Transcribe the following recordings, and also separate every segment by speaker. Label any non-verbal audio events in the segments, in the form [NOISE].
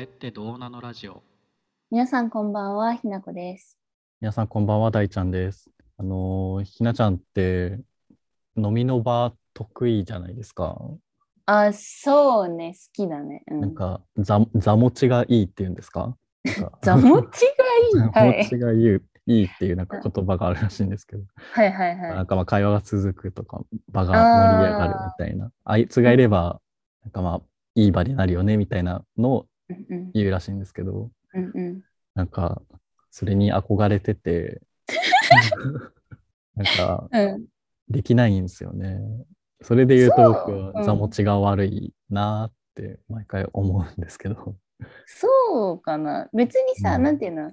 Speaker 1: ってどうなのラジオ。
Speaker 2: 皆さんこんばんは、ひなこです。
Speaker 3: 皆さんこんばんは、大ちゃんです。あのー、ひなちゃんって飲みの場得意じゃないですか。
Speaker 2: あ、そうね、好きだね。う
Speaker 3: なん、か座座持ちがいいっていうんですか。なんか
Speaker 2: [LAUGHS] 座
Speaker 3: [LAUGHS]
Speaker 2: 持ちがいい。
Speaker 3: 座
Speaker 2: は
Speaker 3: [LAUGHS] 持ち
Speaker 2: い、
Speaker 3: がいい,、い、いっていうなんか言葉があるらしいんですけど、
Speaker 2: はい、はいはい。
Speaker 3: なんかまあ会話が続くとか場が盛り上がるみたいなあいつがいればなんかまあいい場になるよねみたいなのを
Speaker 2: うんうん
Speaker 3: 言うらしいんですけど
Speaker 2: うんうん
Speaker 3: なんかそれに憧れ
Speaker 2: [LAUGHS]
Speaker 3: ててなんか
Speaker 2: うん
Speaker 3: できないんですよね。それで言うと僕
Speaker 2: そうう
Speaker 3: は
Speaker 2: ん
Speaker 3: 座持ちが悪いなーって毎回思うんですけど。
Speaker 2: そうかな。別にさ、
Speaker 3: うん
Speaker 2: なんていうの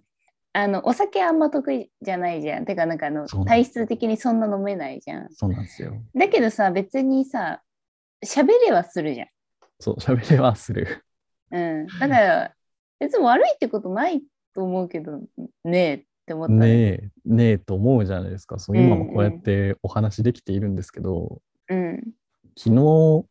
Speaker 2: あの、お酒あんま得意じゃないじゃん。てか、なんかあの
Speaker 3: そう、なん
Speaker 2: 体質的にそんな飲めないじゃん。
Speaker 3: そうなんですよ。
Speaker 2: だけどさ、別にさ、喋れはするじゃん。
Speaker 3: そう、喋れはする。
Speaker 2: うん。だから、別に悪いってことないと思うけど、ねえって思ったね。
Speaker 3: ねえ、ねえと思うじゃないですか。そう
Speaker 2: うんうん
Speaker 3: 今もこうやってお話できているんですけど、
Speaker 2: うん。
Speaker 3: 昨日、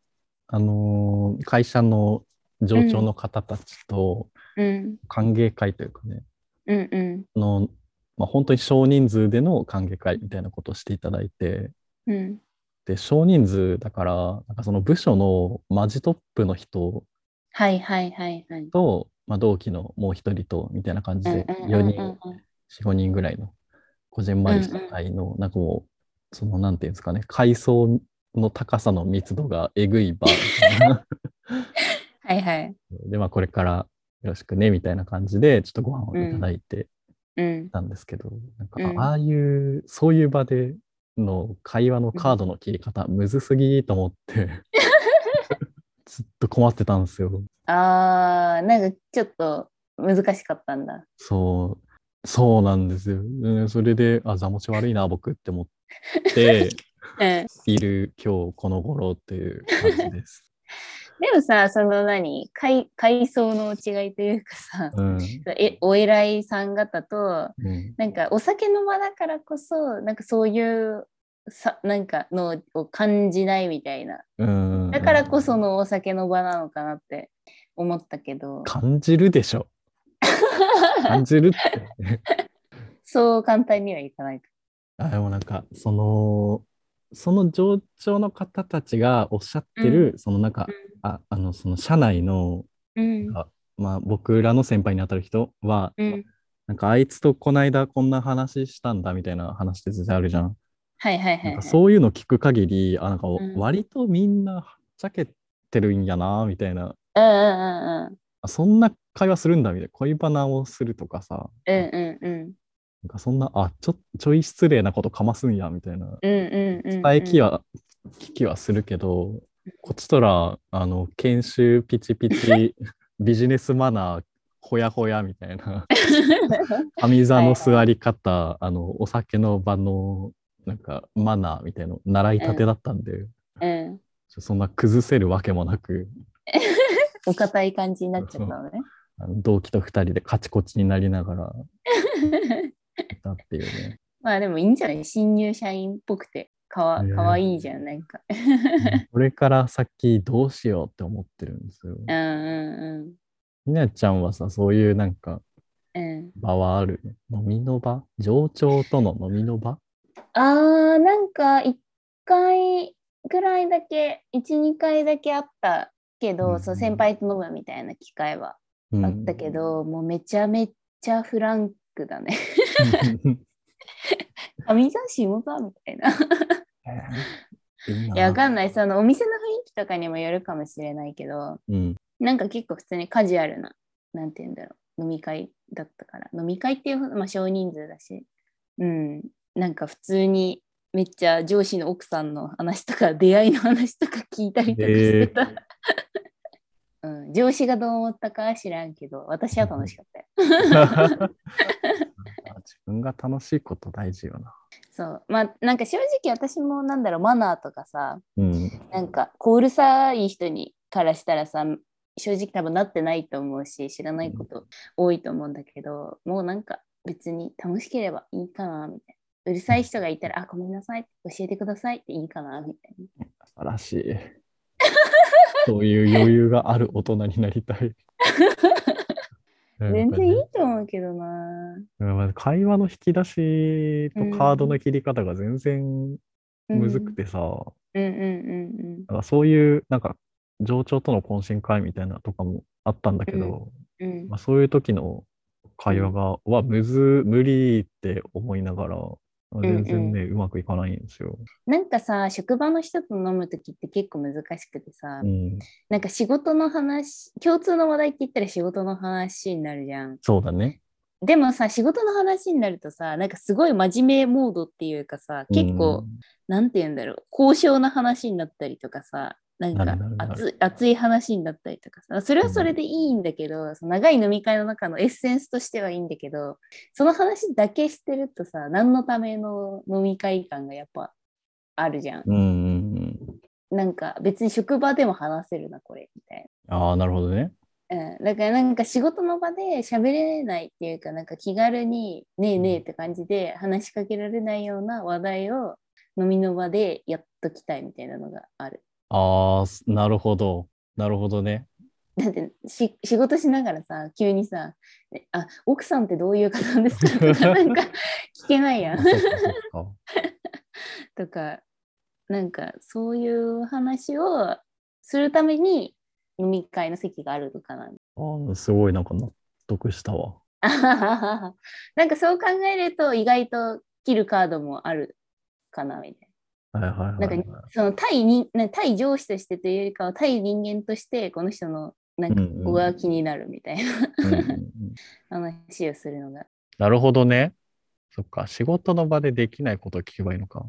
Speaker 3: あのー会社の上長の方たちと
Speaker 2: うん。
Speaker 3: 歓迎会というかね、
Speaker 2: うんうん。
Speaker 3: の、まあ、本当に少人数での歓迎会みたいなことをしていただいて、
Speaker 2: うん。
Speaker 3: で、少人数だから、なんかその部署のマジトップの人
Speaker 2: はいはいはいはい。
Speaker 3: と、まあ、同期のもう一人とみたいな感じで
Speaker 2: うんうんうん
Speaker 3: 4
Speaker 2: うん
Speaker 3: 人45人ぐらいのこじんまりした会のなんかもうそのなんていうんですかね階層の高さの密度がえぐい場
Speaker 2: [LAUGHS] はいはい。
Speaker 3: でまあこれからよろしくねみたいな感じでちょっとご飯をいただいて
Speaker 2: うん。
Speaker 3: たんですけど、
Speaker 2: う
Speaker 3: なん
Speaker 2: ん
Speaker 3: かああいうそういう場での会話のカードの切り方むずすぎと思って
Speaker 2: [LAUGHS]
Speaker 3: ずっと困ってたんですよ。
Speaker 2: あー、なんかちょっと難しかったんだ。
Speaker 3: そう、そうなんですよ。うんそれで、あ、座持ち悪いな、僕って
Speaker 2: [LAUGHS]
Speaker 3: 思って
Speaker 2: うん。
Speaker 3: いる今日この頃っていう感じです。
Speaker 2: でもさ、その何、階階層の違いというかさ、
Speaker 3: うん。
Speaker 2: えお偉いさん方と、
Speaker 3: うん、
Speaker 2: なんかお酒の場だからこそ、なんかそういうさ、なんかのを感じないみたいな。
Speaker 3: うん
Speaker 2: だからこそのお酒の場なのかなって思ったけど、
Speaker 3: 感じるでしょ。感じるって。 [LAUGHS]
Speaker 2: そう簡単にはいかないか。
Speaker 3: あ、でもなんか、その、その上長の方たちがおっしゃってる、そのなんか、ああの、その社内の、
Speaker 2: うん。
Speaker 3: まあ僕らの先輩にあたる人は、
Speaker 2: うん。
Speaker 3: なんかあいつとこないだこんな話したんだみたいな話って全然あるじゃん。
Speaker 2: はいはいはい、
Speaker 3: なん
Speaker 2: は
Speaker 3: か
Speaker 2: い。
Speaker 3: そういうの聞く限り、あなんか
Speaker 2: うん
Speaker 3: 割とみんなはっちゃけてるんやなみたいな、
Speaker 2: うんうんうん
Speaker 3: あそんな会話するんだみたいな、恋バナをするとかさ、
Speaker 2: うんうんうん
Speaker 3: なんかそんな、あちょちょい失礼なことかますんやみたいな、
Speaker 2: うんうんうんうん
Speaker 3: 伝えきは、聞きはするけど、こっちとら、あの、研修ピチピ
Speaker 2: [LAUGHS]
Speaker 3: チ、ビジネスマナー、ほやほやみたいな。上座の座り方、あのお酒の場のなんかマナーみたいなの習いたてだったんで、
Speaker 2: うん
Speaker 3: そんな崩せるわけもなく
Speaker 2: お堅い感じになっちゃったのね。
Speaker 3: あの同期と二人でカチコチになりながらいたっていうね
Speaker 2: [LAUGHS] まあでもいいんじゃない新入社員っぽくてかわ
Speaker 3: ね
Speaker 2: かわいいじゃんなんか。
Speaker 3: うんこれから先どうしようって思ってるんですよ。
Speaker 2: うんう
Speaker 3: ひなちゃんはさそういうなんか
Speaker 2: んうんうん。
Speaker 3: 場はある飲みの場上長との飲みの場
Speaker 2: あーなんか1回ぐらいだけ12回だけあったけど、
Speaker 3: うん
Speaker 2: そう先輩と飲むみたいな機会は
Speaker 3: うん
Speaker 2: あった
Speaker 3: [LAUGHS]
Speaker 2: けど、もうめちゃめちゃフランクだね。上座下座みたいな。
Speaker 3: い
Speaker 2: いやわかんないそのお店の雰囲気とかにもよるかもしれないけど。
Speaker 3: うん [LAUGHS]
Speaker 2: なんか結構普通にカジュアルな、なんて言うんだろう、飲み会だったから。飲み会っていうほど、まあ少人数だし、うん、なんか普通にめっちゃ上司の奥さんの話とか、出会いの話とか聞いたりとかしてた。 [LAUGHS] うん、上司がどう思ったかは知らんけど、私は楽しかったよ。
Speaker 3: 自分が楽しいこと大事よな。
Speaker 2: そう。まあなんか正直私もなんだろう、マナーとかさ、
Speaker 3: うん。
Speaker 2: なんかこううるさい人にからしたらさ正直多分なってないと思うし知らないこと多いと思うんだけどもうなんか別に楽しければいいかなみたいなうるさい人がいたら「あごめんなさい教えてください」っていいかなみたいな
Speaker 3: 素晴らしい。
Speaker 2: [LAUGHS]
Speaker 3: そういう余裕がある大人になりたい。
Speaker 2: 全然いいと思うけどな。
Speaker 3: うんまあ会話の引き出し
Speaker 2: うん
Speaker 3: とカードの切り方が全然
Speaker 2: うん
Speaker 3: むずくてさ、
Speaker 2: うんうんうん
Speaker 3: なんかそういうなんか情緒との懇親会みたいなとかもあったんだけど、
Speaker 2: うんうん
Speaker 3: まあ、そういう時の会話が、うわ、むず、無理って思いながら、全然ね、うまくいかないんですよ。
Speaker 2: なんかさ職場の人と飲む時って結構難しくてさ、
Speaker 3: うん、
Speaker 2: なんか仕事の話共通の話題って言ったら仕事の話になるじゃん
Speaker 3: そうだね。
Speaker 2: でもさ仕事の話になるとさなんかすごい真面目モードっていうかさ結構、なんて言うんだろう高尚な話になったりとかさなん
Speaker 3: な
Speaker 2: か
Speaker 3: るなるなる
Speaker 2: 熱い熱い話になったりとかさそれはそれでいいんだけど、その長い飲み会の中のエッセンスとしてはいいんだけどその話だけしてるとさ何のための飲み会感がやっぱあるじゃん
Speaker 3: うん。うんうんうん、
Speaker 2: なんか別に職場でも話せるなこれみたい
Speaker 3: ああ、なるほどね。
Speaker 2: な、うん、だからなんか仕事の場で喋れないっていうかなんか気軽にねえねえって感じで話しかけられないような話題を飲みの場でやっときたいみたいなのがある
Speaker 3: ああ、すなるほど。なるほどね。
Speaker 2: だってし仕事しながらさ急にさ「えあ奥さんってどういう方なんですか?」 [LAUGHS] とかなんか聞けないや
Speaker 3: あ
Speaker 2: ん
Speaker 3: [LAUGHS]
Speaker 2: [LAUGHS]
Speaker 3: そっかそっか
Speaker 2: とかなんかそういう話をするために飲み会の席があるのかな
Speaker 3: あーすごいなんか納得したわ。
Speaker 2: あははは [LAUGHS] なんかそう考えると意外と切るカードもあるかなみたい
Speaker 3: はいはい
Speaker 2: な
Speaker 3: はい、
Speaker 2: なん
Speaker 3: はい
Speaker 2: か。その対にな対上司としてというよりかは対人間としてこの人のなんか
Speaker 3: うんうん
Speaker 2: ここが気になるみたいな [LAUGHS]
Speaker 3: うんうんうん [LAUGHS]
Speaker 2: 話をするのが
Speaker 3: なるほどね。そっか、仕事の場でできないことを聞けばいいのか。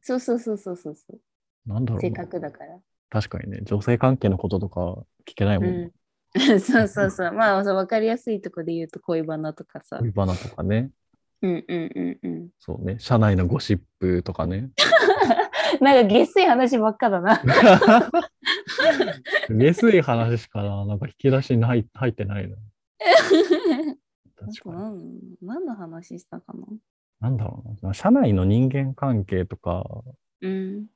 Speaker 2: そうそうそうそうそうそう
Speaker 3: なんだろう
Speaker 2: せっ
Speaker 3: な
Speaker 2: かくだから。
Speaker 3: 確かにね、女性関係のこととか聞けないもんね。
Speaker 2: うん、 [LAUGHS] そうそうそう。まあ、そう分かりやすいとこで言うと恋バナとかさ。
Speaker 3: 恋バナとかね。
Speaker 2: うんうんうんうん。
Speaker 3: そうね、社内のゴシップとか
Speaker 2: [LAUGHS]
Speaker 3: ね。
Speaker 2: なんか下水話ばっかだ [LAUGHS] な。
Speaker 3: 下水話しかな、なんか引き出しに入入ってないな。確かに。
Speaker 2: 何何の話したかな
Speaker 3: なんだろうな、社内の人間関係とか
Speaker 2: うん。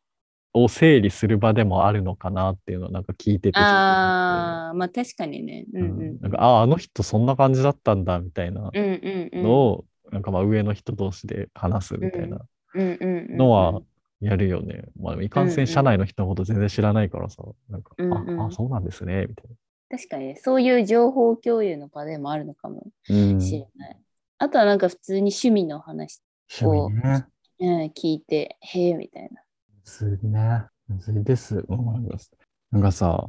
Speaker 3: を整理する場でもあるのかなっていうのはなんか聞いててちょっと思って。
Speaker 2: ああ、まあ確かにね。うんう
Speaker 3: うん
Speaker 2: ん。
Speaker 3: なんかあああの人そんな感じだったんだみたいな
Speaker 2: うんうんうん。
Speaker 3: のを、なんかまあ上の人同士で話すみたいな
Speaker 2: うんうんうん
Speaker 3: のはやるよね。まあでもいかんせ
Speaker 2: うんうんん
Speaker 3: 社内の人のこと全然知らないからさ、なんか、
Speaker 2: うんうん
Speaker 3: ああそうなんですねみたい
Speaker 2: 確かにねそういう情報共有の場でもあるのかも
Speaker 3: な。うん
Speaker 2: しれない。あとはなんか普通に趣味の話、
Speaker 3: 趣味ね。
Speaker 2: うん、聞いて、へえみたいな。
Speaker 3: むずいね。むずいです。うんなんかさ、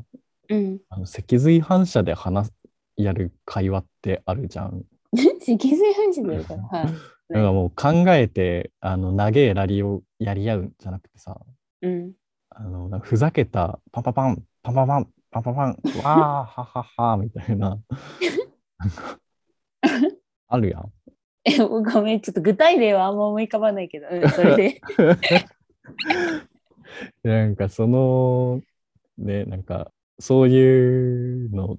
Speaker 2: うん。 [LAUGHS]
Speaker 3: あの脊髄反射で話すやる会話ってあるじゃん。
Speaker 2: 脊髄反射でるから。はい。
Speaker 3: だからもう考えて、あの、長えラリーをやり合うんじゃなくてさ、
Speaker 2: うん。
Speaker 3: あの、なんかふざけた、パンパパン、パンパパン、パンパパン、わー、ははは、みたいな、なんか、あるやん。
Speaker 2: え、ごめん、ちょっと具体例はあんま思い浮かばないけど、うん、それ
Speaker 3: [LAUGHS]
Speaker 2: で。
Speaker 3: なんかその、ね、なんか、そういうの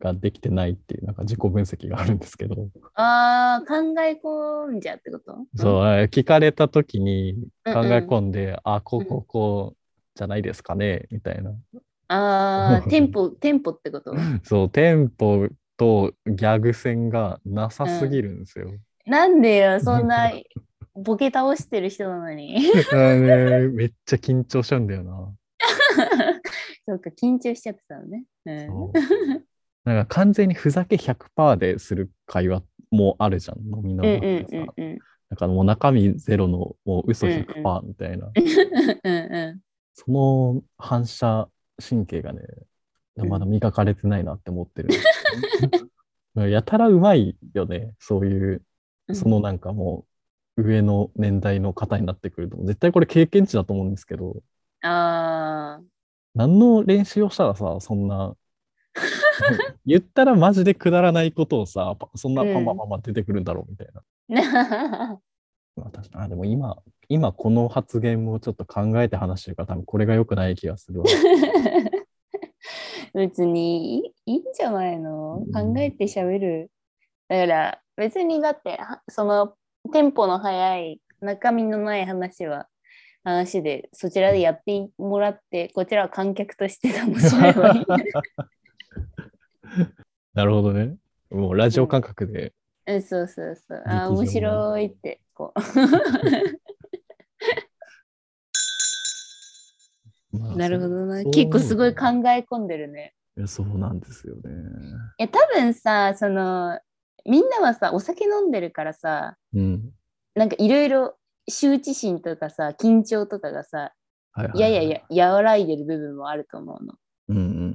Speaker 3: ができてないっていう、なんか自己分析があるんですけど、
Speaker 2: ああ、考え込んじゃってこと
Speaker 3: そう、聞かれた時に
Speaker 2: うん
Speaker 3: 考え込んで、あ、こうこうこうじゃないですかね、みたいな。
Speaker 2: ああ、テンポ、テンポってこと
Speaker 3: そう、テンポとギャグ線がなさすぎるんですよ。
Speaker 2: なんでよ、そんなボケ倒してる人なのに。
Speaker 3: あのねめっちゃ緊張しちゃうんだよな。
Speaker 2: [LAUGHS] そうか、緊張しちゃってたのね。うん。
Speaker 3: そうなんか完全にふざけ100%でする会話もあるじゃん、飲みの
Speaker 2: うん
Speaker 3: 場
Speaker 2: う
Speaker 3: で
Speaker 2: ん
Speaker 3: さ。
Speaker 2: うんうん。
Speaker 3: だからもう中身ゼロのもう嘘100%みたいな。
Speaker 2: うんう
Speaker 3: その反射神経がね、
Speaker 2: うん
Speaker 3: まだ磨かれてないなって思ってるんですよね。 [LAUGHS] やたらうまいよね、そういう、
Speaker 2: うん
Speaker 3: そのなんかもう上の年代の方になってくると、絶対これ経験値だと思うんですけど、
Speaker 2: ん。ああ、
Speaker 3: 何の練習をしたらさ、そん
Speaker 2: [LAUGHS]
Speaker 3: な、言ったらマジでくだらないことをさ、パそんなパンパンパンパン出てくるんだろうみたいな。
Speaker 2: な
Speaker 3: まあ確かに、あでも今、今この発言もちょっと考えて話してるから、多分これが良くない気がする
Speaker 2: [LAUGHS]
Speaker 3: わ。
Speaker 2: [LAUGHS] 別にいいいいんじゃないの
Speaker 3: うん
Speaker 2: 考えてしゃべる。だから別にだってはそのテンポの速い中身のない話は話でそちらでやってもらってこちらは [LAUGHS] 観客として楽しめばいい。
Speaker 3: なるほどね。もうラジオ感覚で、
Speaker 2: うん、そうそうそう。あー、面
Speaker 3: 劇場版
Speaker 2: 白いって、こ
Speaker 3: まあ
Speaker 2: う。なるほど
Speaker 3: そう
Speaker 2: な。
Speaker 3: そう
Speaker 2: 結構すごい考え込んでるね。
Speaker 3: えそうなんですよね。
Speaker 2: え、多分さ、その、みんなはさ、お酒飲んでるからさ、
Speaker 3: うん。
Speaker 2: なんかいろいろ羞恥心とかさ、緊張とかがさ、
Speaker 3: はいはい
Speaker 2: ややや和らいでる部分もあると思うの。
Speaker 3: うんうん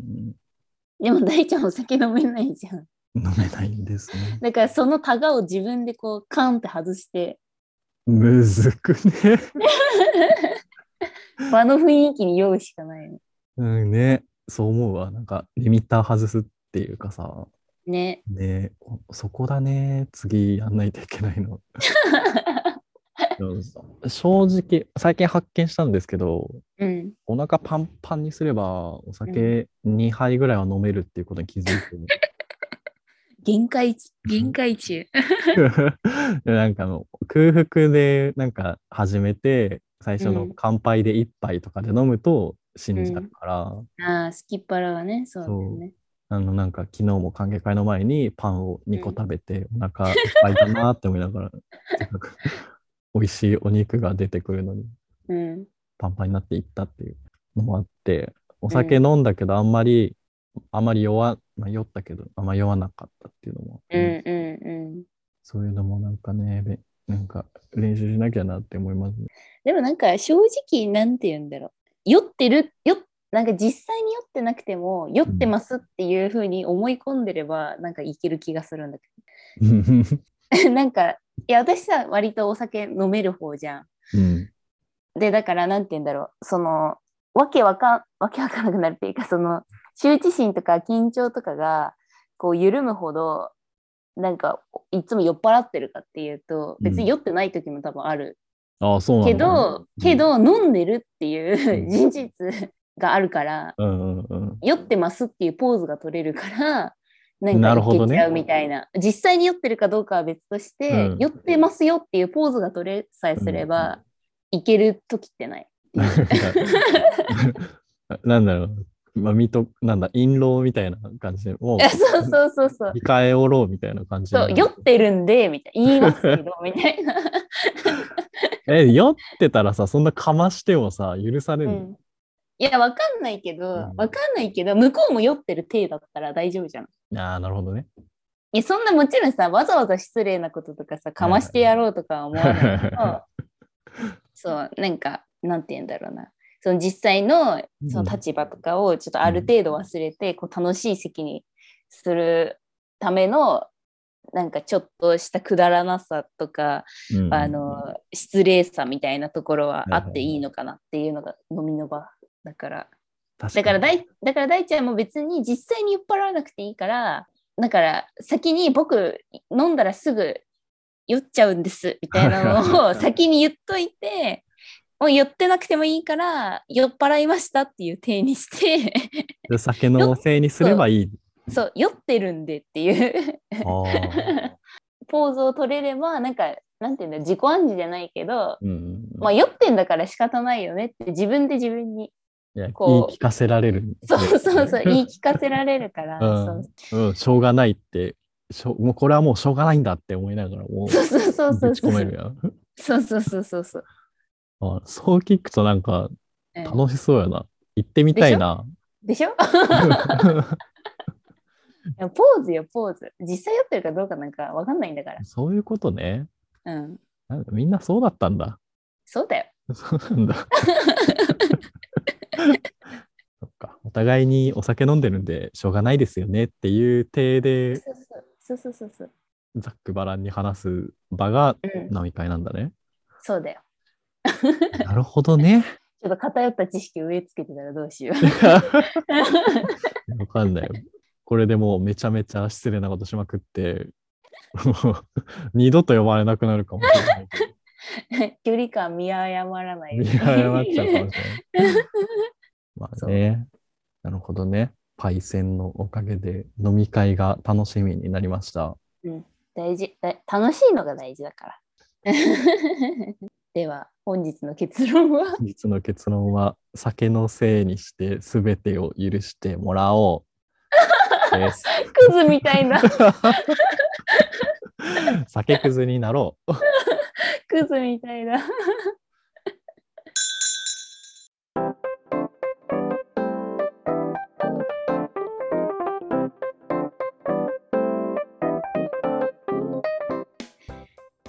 Speaker 2: でも大ちゃんお酒飲めないじゃん。
Speaker 3: うん。飲めないんですね。
Speaker 2: だからそのタガを自分でこうカンって外して、
Speaker 3: むずくね。
Speaker 2: 場の雰囲気に酔うしかないの。
Speaker 3: [LAUGHS] うんね。そう思うわ。なんか、リミッター外すっていうかさ、
Speaker 2: ね。
Speaker 3: ね、こそこだね。次やんないといけない [LAUGHS] の。正直、最近発見したんですけど、
Speaker 2: うん。
Speaker 3: お腹パンパンにすれば、お
Speaker 2: う
Speaker 3: 酒2杯ぐらいは飲めるっていうことに気づいて、 [LAUGHS]
Speaker 2: 限界値、限界中。
Speaker 3: でなんかあの空腹でなんか始めて最初
Speaker 2: う
Speaker 3: の
Speaker 2: ん
Speaker 3: 乾杯で一杯とかで飲むと死んじゃうから、
Speaker 2: ああ、すきっ腹はね、そうだよね。
Speaker 3: あのなんか昨日も歓迎会の前にパンを2個
Speaker 2: うん
Speaker 3: 食べてお腹いっぱいだなって思いながらなんか美味しいお肉が出てくるのに
Speaker 2: うん。
Speaker 3: パンパンになっていったっていうのもあってお酒飲んだけどあんまり、あんまり弱、まあ、酔ったけどあんまり酔わなかったっていうのもあっ
Speaker 2: う
Speaker 3: て
Speaker 2: んうんうん。
Speaker 3: そういうのもなんかね、べなんか練習しなきゃなって思いますね。
Speaker 2: でもなんか正直、なんて言うんだろう。酔ってる、酔っなんか実際に酔ってなくても、酔ってますっていうふうに思い込んでれば、なんかいける気がするんだけど。 [LAUGHS] なんか、いや、私さ、割とお酒飲める方じゃん。
Speaker 3: うん、
Speaker 2: で、だから、なんて言うんだろう、その、わけわかん、わけわかんなくなるっていうか、その、羞恥心とか緊張とかが、こう、緩むほど、なんか、いつも酔っ払ってるかっていうと、別
Speaker 3: うん
Speaker 2: に酔ってない時も多分ある。
Speaker 3: ああ、そうなんだ。
Speaker 2: けど、け、ど、飲んでるっていううん [LAUGHS] 事実があるから、
Speaker 3: うんうんうん。
Speaker 2: 酔ってますっていうポーズが取れるから、
Speaker 3: な
Speaker 2: な
Speaker 3: る
Speaker 2: んか
Speaker 3: ほど
Speaker 2: いけ
Speaker 3: ね
Speaker 2: ちゃうみたいな、実際に酔ってるかどうかは別として、
Speaker 3: うん
Speaker 2: 酔ってますよっていうポーズが取れさえすれば、いける時ってない。
Speaker 3: なんかなんだろう、まあ、みと、なんだ、陰謀みたいな感じで、もう
Speaker 2: いや、 [LAUGHS] そうそうそうそう。
Speaker 3: 控えおろうみたいな感じに
Speaker 2: そ
Speaker 3: な
Speaker 2: う
Speaker 3: る
Speaker 2: 酔ってるんでみたいな言いますけどみたいな、
Speaker 3: え、酔ってたらさ、そんなかましてもさ、許され
Speaker 2: う
Speaker 3: る、
Speaker 2: ん、いやわかんないけど、
Speaker 3: うん
Speaker 2: わかんないけど向こうも酔ってる体だったら大丈夫じゃん
Speaker 3: ああ、なるほどね。
Speaker 2: いやそんなもちろんさわざわざ失礼なこととかさかましてやろうとかは思わないけど
Speaker 3: [LAUGHS]
Speaker 2: そうなんかなんて言うんだろうなその実際のその立場とかをちょっとある程度忘れて、こう楽しい席にするためのなんかちょっとしたくだらなさとか
Speaker 3: うんうん
Speaker 2: あの失礼さみたいなところはあ
Speaker 3: はいはい
Speaker 2: っていいのかなっていうのが飲みの場だから
Speaker 3: 確
Speaker 2: だから
Speaker 3: に
Speaker 2: 大だから大ちゃんも別に実際に酔っ払わなくていいからだから先に僕飲んだらすぐ酔っちゃうんですみたいな [LAUGHS] のを先に言っといてもう酔ってなくてもいいから酔っ払いましたっていう体にして
Speaker 3: [LAUGHS] で酒のせいにすればいい。
Speaker 2: そう酔ってるんでっていう [LAUGHS]
Speaker 3: ああ。
Speaker 2: ポーズを取れればなんかなんていうんだ自己暗示じゃないけど
Speaker 3: う
Speaker 2: [LAUGHS]
Speaker 3: んうんうん
Speaker 2: まあ、酔ってんだから仕方ないよねって自分で自分に
Speaker 3: いや
Speaker 2: こう
Speaker 3: 言い聞かせられる。
Speaker 2: そうそう
Speaker 3: [LAUGHS]
Speaker 2: そう言い聞かせられるから、
Speaker 3: うんうん、しょうがないってしょもうこれはもうしょうがないんだって思いながらも
Speaker 2: そうそうそう
Speaker 3: う
Speaker 2: そ
Speaker 3: ぶ
Speaker 2: う
Speaker 3: ち
Speaker 2: そ
Speaker 3: 込め
Speaker 2: う
Speaker 3: るやん
Speaker 2: そうそうそうそうそう
Speaker 3: あそう聞くとなんか
Speaker 2: うん
Speaker 3: 楽しそうやな行ってみたいな
Speaker 2: でしょ [LAUGHS] いやポーズよポーズ実際酔ってるかどうかなんかわかんないんだか
Speaker 3: [LAUGHS] そういうことね
Speaker 2: らうん
Speaker 3: なんかみんなそうだったんだ
Speaker 2: そうだよ
Speaker 3: そうなんだ [LAUGHS] そっかお互いにお酒飲んでるんでしょうがないですよねっていう体で
Speaker 2: そうそうそうそうそう
Speaker 3: ざっくばらんに話す場が
Speaker 2: うん
Speaker 3: 飲み会なんだね、
Speaker 2: そうだよ
Speaker 3: なるほどね
Speaker 2: ちょっと偏った知識を植え付けてたらどうしよ
Speaker 3: [LAUGHS] わかんないよ。これでもうめちゃめちゃ失礼なことしまくって、もう二度と呼ばれなくなるかもしれないけど。
Speaker 2: う [LAUGHS] 距離感見誤らないよう
Speaker 3: 見
Speaker 2: に
Speaker 3: 誤っちゃうかもしれない。まあね、なるほどね。パイセンのおかげで飲み会が楽しみになりました。
Speaker 2: [LAUGHS] 大事だ楽しいのが大事だ
Speaker 3: [LAUGHS]
Speaker 2: からでは本日の結論は [LAUGHS]
Speaker 3: 本日の結論は酒のせいにして全てを許してもらおう。 [LAUGHS] です。
Speaker 4: クズみたい
Speaker 2: [LAUGHS]
Speaker 4: な、
Speaker 3: 酒くずになろう。
Speaker 4: クズみたいな。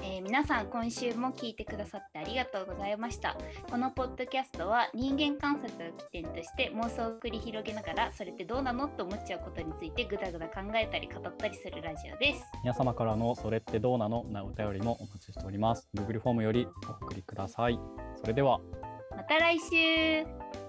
Speaker 2: えー皆さん今週も聞いてくださってありがとうございましたこのポッドキャストは人間観察を起点として妄想を繰り広げながらそれってどうなのと思っちゃうことについてぐだぐだ考えたり語ったりするラジオです
Speaker 3: 皆様からのそれってどうなのなお便りもお待ちしております。Google フォームよりお送りください。それでは。
Speaker 2: また来週